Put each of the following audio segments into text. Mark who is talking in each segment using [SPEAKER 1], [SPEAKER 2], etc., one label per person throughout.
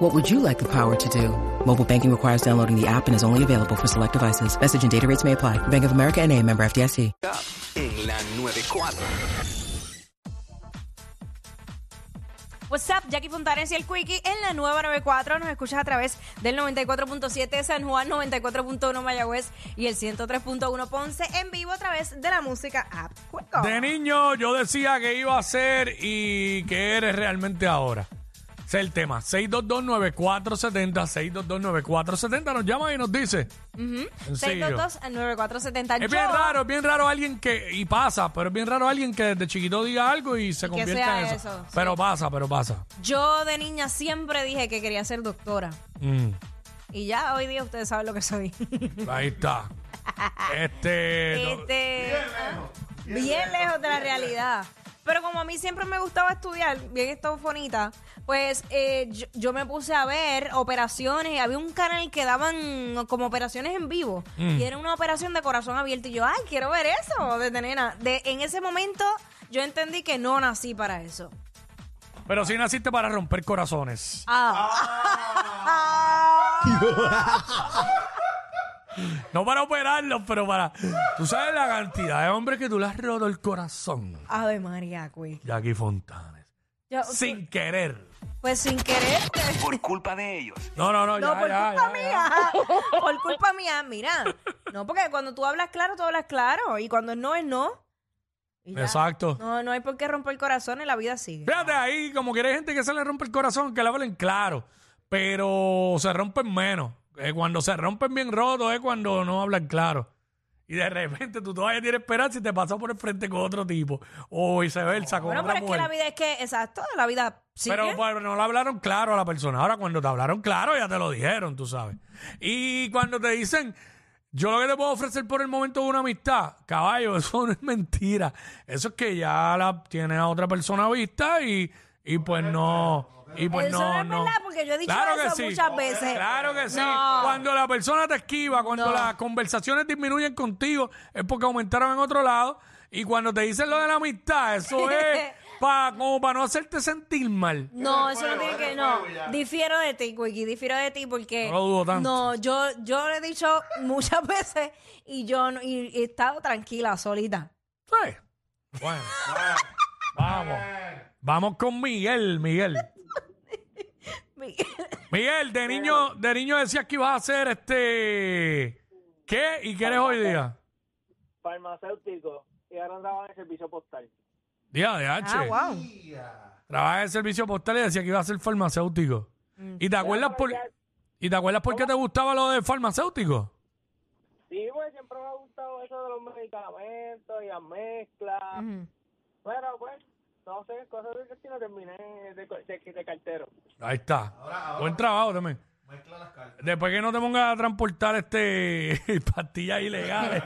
[SPEAKER 1] What would you like the power to do? Mobile banking requires downloading the app and is only available for select devices. Message and data rates may apply. Bank of America and a member FDIC.
[SPEAKER 2] en la 94.
[SPEAKER 3] What's up, Jackie Fontanes y el Quickie en la nueva 94. Nos escuchas a través del 94.7 San Juan, 94.1 Mayagüez y el 103.1 Ponce en vivo a través de la música app. Cuico.
[SPEAKER 4] De niño yo decía que iba a ser y que eres realmente ahora. Ese es el tema. 6229470, 6229470 nos llama y nos dice. Sencillo.
[SPEAKER 3] 622-9470.
[SPEAKER 4] Es bien
[SPEAKER 3] Yo-
[SPEAKER 4] raro, es bien raro alguien que, y pasa, pero es bien raro alguien que desde chiquito diga algo y se convierta
[SPEAKER 3] sea
[SPEAKER 4] en eso.
[SPEAKER 3] eso, sí.
[SPEAKER 4] Pero pasa, pero pasa.
[SPEAKER 3] Yo de niña siempre dije que quería ser doctora.
[SPEAKER 4] Mm,
[SPEAKER 3] Y ya hoy día ustedes saben lo que soy.
[SPEAKER 4] ahí está. Este, no-
[SPEAKER 3] Este, ah, bien, lejos de la realidad. Pero como a mí siempre me gustaba estudiar, bien estofonita, pues eh, yo, yo me puse a ver operaciones. Había un canal que daban como operaciones en vivo. Y era una operación de corazón abierto. Y yo, ay, quiero ver eso desde nena. De, en ese momento yo entendí que no nací para eso.
[SPEAKER 4] Pero si naciste para romper corazones.
[SPEAKER 3] Ah,
[SPEAKER 4] No para operarlos, pero para. Tú sabes la cantidad de hombres que tú le has roto el corazón.
[SPEAKER 3] Ave María, güey.
[SPEAKER 4] Jackie Fontanes.
[SPEAKER 3] Yo-
[SPEAKER 4] Sin querer.
[SPEAKER 3] Pues sin querer. te-
[SPEAKER 2] Por culpa de ellos.
[SPEAKER 4] No, no, no, Pues ya,
[SPEAKER 3] No, por
[SPEAKER 4] ya,
[SPEAKER 3] culpa
[SPEAKER 4] ya,
[SPEAKER 3] mía. Por culpa mía, mira. No, porque cuando tú hablas claro, tú hablas claro. Y cuando no es no. Y
[SPEAKER 4] ya.
[SPEAKER 3] ya.
[SPEAKER 4] Exacto.
[SPEAKER 3] No, no hay por qué romper el corazón y la vida sigue.
[SPEAKER 4] Fíjate ahí, como que hay gente que se le rompe el corazón, que le hablen claro, pero se rompen menos. Eh, cuando se rompen bien rotos es cuando no hablan claro. Y de repente tú todavía tienes esperanza y te pasas por el frente con otro tipo. O viceversa, con
[SPEAKER 3] Bueno,
[SPEAKER 4] otra
[SPEAKER 3] pero es que
[SPEAKER 4] mujer.
[SPEAKER 3] la vida es que, exacto, la vida sigue.
[SPEAKER 4] Pero, bueno, no le hablaron claro a la persona. Ahora, cuando te hablaron claro, ya te lo dijeron, tú sabes. Y cuando te dicen, yo lo que te puedo ofrecer por el momento es una amistad, caballo, eso no es mentira. Eso es que ya la tiene a otra persona a vista y, y pues no. Y pues
[SPEAKER 3] Eso no
[SPEAKER 4] no,
[SPEAKER 3] es verdad, porque yo he dicho
[SPEAKER 4] Claro que
[SPEAKER 3] eso
[SPEAKER 4] sí.
[SPEAKER 3] muchas veces.
[SPEAKER 4] Claro que sí.
[SPEAKER 3] No.
[SPEAKER 4] Cuando la persona te esquiva, cuando
[SPEAKER 3] No.
[SPEAKER 4] las conversaciones disminuyen contigo, es porque aumentaron en otro lado. Y cuando te dicen lo de la amistad, eso es pa, como para no hacerte sentir mal.
[SPEAKER 3] No, eso no tiene que, no. Difiero de ti, Wiki, difiero de ti porque...
[SPEAKER 4] No lo dudo tanto.
[SPEAKER 3] No, yo, yo lo he dicho muchas veces y yo no- y he estado tranquila, solita.
[SPEAKER 4] Sí. Bueno, vamos. Vamos con Miguel, Miguel. Miguel, de niño, de niño decías que ibas a hacer este. ¿Qué? ¿Y qué eres hoy día?
[SPEAKER 5] farmacéutico y ahora andaba en el servicio postal.
[SPEAKER 4] Día de H.
[SPEAKER 3] Ah, wow.
[SPEAKER 4] Trabajaba en el servicio postal y decía que iba a ser farmacéutico. ¿Y te acuerdas por y te acuerdas por qué te gustaba lo de farmacéutico?
[SPEAKER 5] Sí, pues siempre me ha gustado eso de los medicamentos y las mezclas. Pero pues, no sé, cosas del destino terminé de, co- de, de cartero.
[SPEAKER 4] Ahí está. Buen trabajo también. Después que no te pongas a transportar este pastillas ilegales,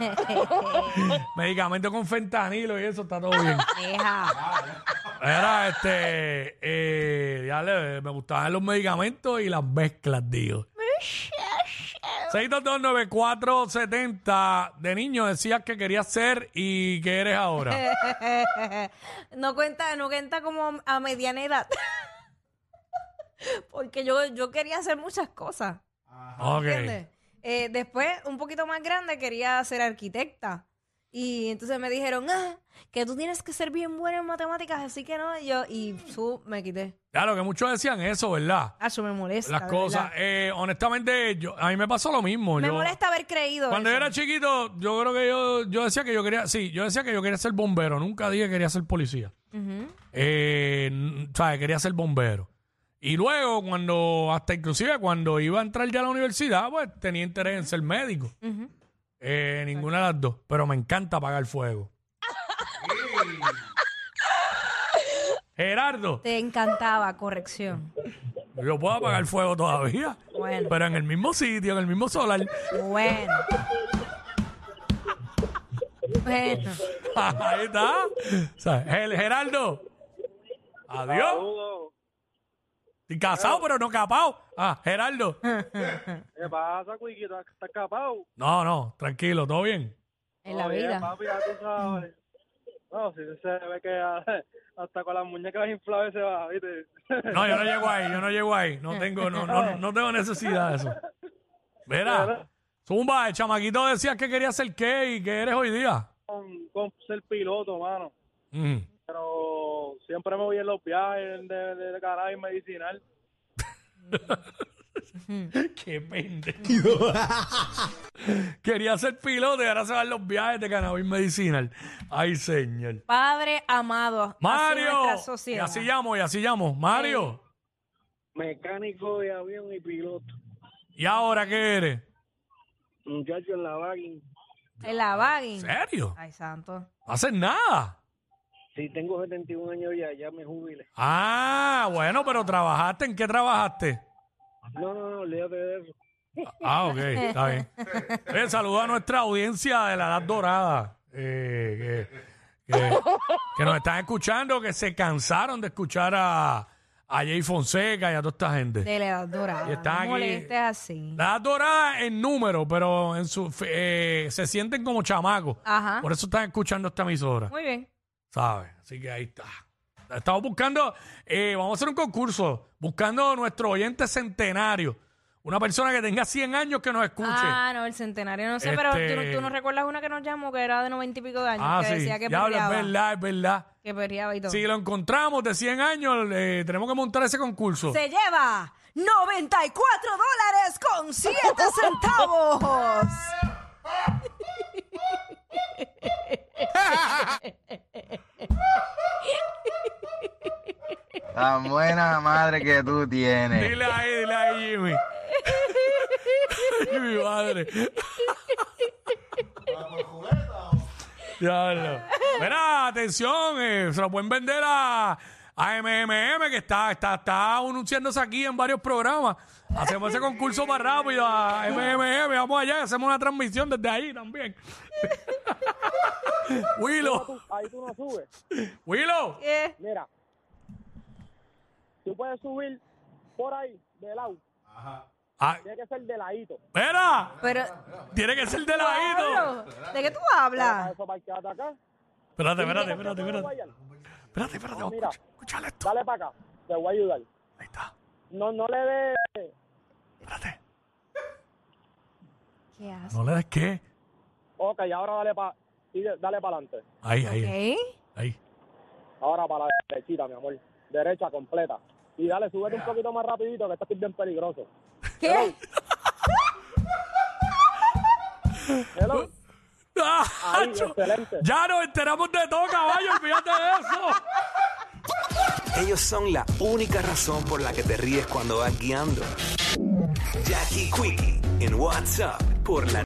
[SPEAKER 4] medicamentos con fentanilo y eso está todo bien.
[SPEAKER 3] Deja.
[SPEAKER 4] Era este, eh, ya le- me gustaban los medicamentos y las mezclas, digo. 6229470 de niño decías que querías ser y que eres ahora.
[SPEAKER 3] No cuenta, no cuenta como a mediana edad. Porque yo, yo quería hacer muchas cosas.
[SPEAKER 4] Ok.
[SPEAKER 3] Ah, ¿Entiendes? Eh, después, un poquito más grande, quería ser arquitecta. Y entonces me dijeron, ah, que tú tienes que ser bien buena en matemáticas, así que no. Y yo, y su, me quité.
[SPEAKER 4] Claro que muchos decían eso, ¿verdad?
[SPEAKER 3] Ah, eso me molesta.
[SPEAKER 4] Las
[SPEAKER 3] de
[SPEAKER 4] cosas.
[SPEAKER 3] verdad.
[SPEAKER 4] Eh, honestamente, yo, a mí me pasó lo mismo.
[SPEAKER 3] Me
[SPEAKER 4] yo-
[SPEAKER 3] molesta haber creído.
[SPEAKER 4] Cuando
[SPEAKER 3] eso.
[SPEAKER 4] yo era chiquito, yo creo que yo, yo decía que yo quería, sí, yo decía que yo quería ser bombero, nunca dije que quería ser policía. Eh, n- o sea, quería ser bombero. Y luego, cuando, hasta inclusive cuando iba a entrar ya a la universidad, pues tenía interés en ser médico. Eh, ninguna de las dos, pero me encanta apagar fuego. Gerardo,
[SPEAKER 3] Te encantaba, corrección.
[SPEAKER 4] yo puedo apagar fuego todavía,
[SPEAKER 3] Bueno.
[SPEAKER 4] pero en el mismo sitio, en el mismo solar.
[SPEAKER 3] Bueno. Bueno,
[SPEAKER 4] Ahí está. O sea, Ger- Gerardo. Adiós.
[SPEAKER 5] Saludos.
[SPEAKER 4] Y casado, pero no capado. Ah, Gerardo.
[SPEAKER 5] ¿Qué pasa, Cuiquito? ¿Estás capado?
[SPEAKER 4] No, no, tranquilo, todo bien.
[SPEAKER 3] en la
[SPEAKER 5] Oye,
[SPEAKER 3] vida.
[SPEAKER 5] Papi, ya tú sabes. No, si se ve que ah, hasta con las muñecas inflables se va, ¿viste?
[SPEAKER 4] No, yo no llego ahí, yo no llego ahí. No tengo, no, no, no tengo necesidad de eso. Verá, Zumba, el chamaquito decías que querías ser qué y qué eres hoy día.
[SPEAKER 5] con, con ser piloto, mano.
[SPEAKER 4] Mm.
[SPEAKER 5] Pero siempre me voy en los viajes de, de, de cannabis medicinal.
[SPEAKER 4] Qué pendejo. Quería ser piloto y ahora se van los viajes de cannabis medicinal. Ay, señor.
[SPEAKER 3] Padre amado. Así
[SPEAKER 4] Mario.
[SPEAKER 3] nuestra
[SPEAKER 4] y
[SPEAKER 3] sociedad.
[SPEAKER 4] así llamo, y así llamo. Mario.
[SPEAKER 5] Mecánico de avión y piloto.
[SPEAKER 4] ¿Y ahora qué eres?
[SPEAKER 5] Muchacho en la vagin.
[SPEAKER 3] En la
[SPEAKER 4] ¿En
[SPEAKER 3] bagging.
[SPEAKER 4] serio?
[SPEAKER 3] Ay, santo.
[SPEAKER 4] No haces nada.
[SPEAKER 5] Si tengo 71 años ya, ya me jubile.
[SPEAKER 4] Ah, bueno, pero trabajaste. ¿En qué trabajaste?
[SPEAKER 5] No, no, no, olvídate de eso.
[SPEAKER 4] Ah, ok, está bien. Oye, saluda a nuestra audiencia de la Edad Dorada, eh, que, que- que nos están escuchando, que se cansaron de escuchar a, a Jay Fonseca y a toda esta gente.
[SPEAKER 3] De la edad dorada.
[SPEAKER 4] Y está
[SPEAKER 3] no
[SPEAKER 4] aquí.
[SPEAKER 3] molestes así.
[SPEAKER 4] La Edad Dorada en número, pero en su, eh, se sienten como chamacos.
[SPEAKER 3] Ajá.
[SPEAKER 4] Por eso están escuchando esta emisora,
[SPEAKER 3] Muy bien.
[SPEAKER 4] ¿sabes? Así que ahí está. Estamos buscando, eh, vamos a hacer un concurso, buscando nuestro oyente centenario. Una persona que tenga 100 años que nos escuche.
[SPEAKER 3] Ah, no, el centenario no sé, pero
[SPEAKER 4] Este-
[SPEAKER 3] ¿tú, no- tú no recuerdas una que nos llamó que era de noventa y pico de años,
[SPEAKER 4] Ah,
[SPEAKER 3] que
[SPEAKER 4] sí.
[SPEAKER 3] decía que
[SPEAKER 4] Diablo,
[SPEAKER 3] perreaba,
[SPEAKER 4] es verdad, es verdad.
[SPEAKER 3] que perreaba y todo.
[SPEAKER 4] Si lo encontramos de 100 años, eh, tenemos que montar ese concurso.
[SPEAKER 3] Se lleva 94 dólares con 7 centavos.
[SPEAKER 6] Tan buena madre que tú tienes.
[SPEAKER 4] Dile ahí, dile ahí, Jimmy. Ay, mi madre. Diablo. Mira, atención, eh, se lo pueden vender a, a MMM, que está, está, está anunciándose aquí en varios programas. Hacemos ese concurso más rápido a MMM, vamos allá, hacemos una transmisión desde ahí también. Willow,
[SPEAKER 5] Ahí tú no subes.
[SPEAKER 4] Willow.
[SPEAKER 3] ¿Qué?
[SPEAKER 5] Mira, tú puedes subir por ahí, de lado.
[SPEAKER 4] Ah,
[SPEAKER 5] Tiene que ser de ladito.
[SPEAKER 4] Espera,
[SPEAKER 3] Pero,
[SPEAKER 4] tiene que ser de ladito.
[SPEAKER 3] Pablo, ¿de qué tú hablas?
[SPEAKER 5] Eso para quedarte acá.
[SPEAKER 4] Espérate, espérate, espérate,
[SPEAKER 5] Te voy a
[SPEAKER 4] espérate.
[SPEAKER 5] guayar.
[SPEAKER 4] Espérate, espérate, vamos a
[SPEAKER 5] Ah, Mira.
[SPEAKER 4] escuchar- escuchar esto.
[SPEAKER 5] Dale para acá, te voy a ayudar.
[SPEAKER 4] Ahí está.
[SPEAKER 5] No, no le des.
[SPEAKER 4] Espérate.
[SPEAKER 3] ¿Qué haces?
[SPEAKER 4] No le des qué.
[SPEAKER 5] Ok, ahora dale para dale para adelante.
[SPEAKER 4] Ahí, ahí,
[SPEAKER 3] ¿Qué?
[SPEAKER 4] ahí.
[SPEAKER 5] Ahora para la derechita, mi amor. Derecha completa. Y dale, súbete un poquito más rapidito, que esto es bien peligroso.
[SPEAKER 3] ¿Qué?
[SPEAKER 5] Hello.
[SPEAKER 4] ¡Ah,
[SPEAKER 5] Ahí,
[SPEAKER 4] Hacho!
[SPEAKER 5] excelente.
[SPEAKER 4] Ya nos enteramos de todo, caballo, fíjate de eso.
[SPEAKER 2] Ellos son la única razón por la que te ríes cuando vas guiando. Jackie Quickie en WhatsApp por la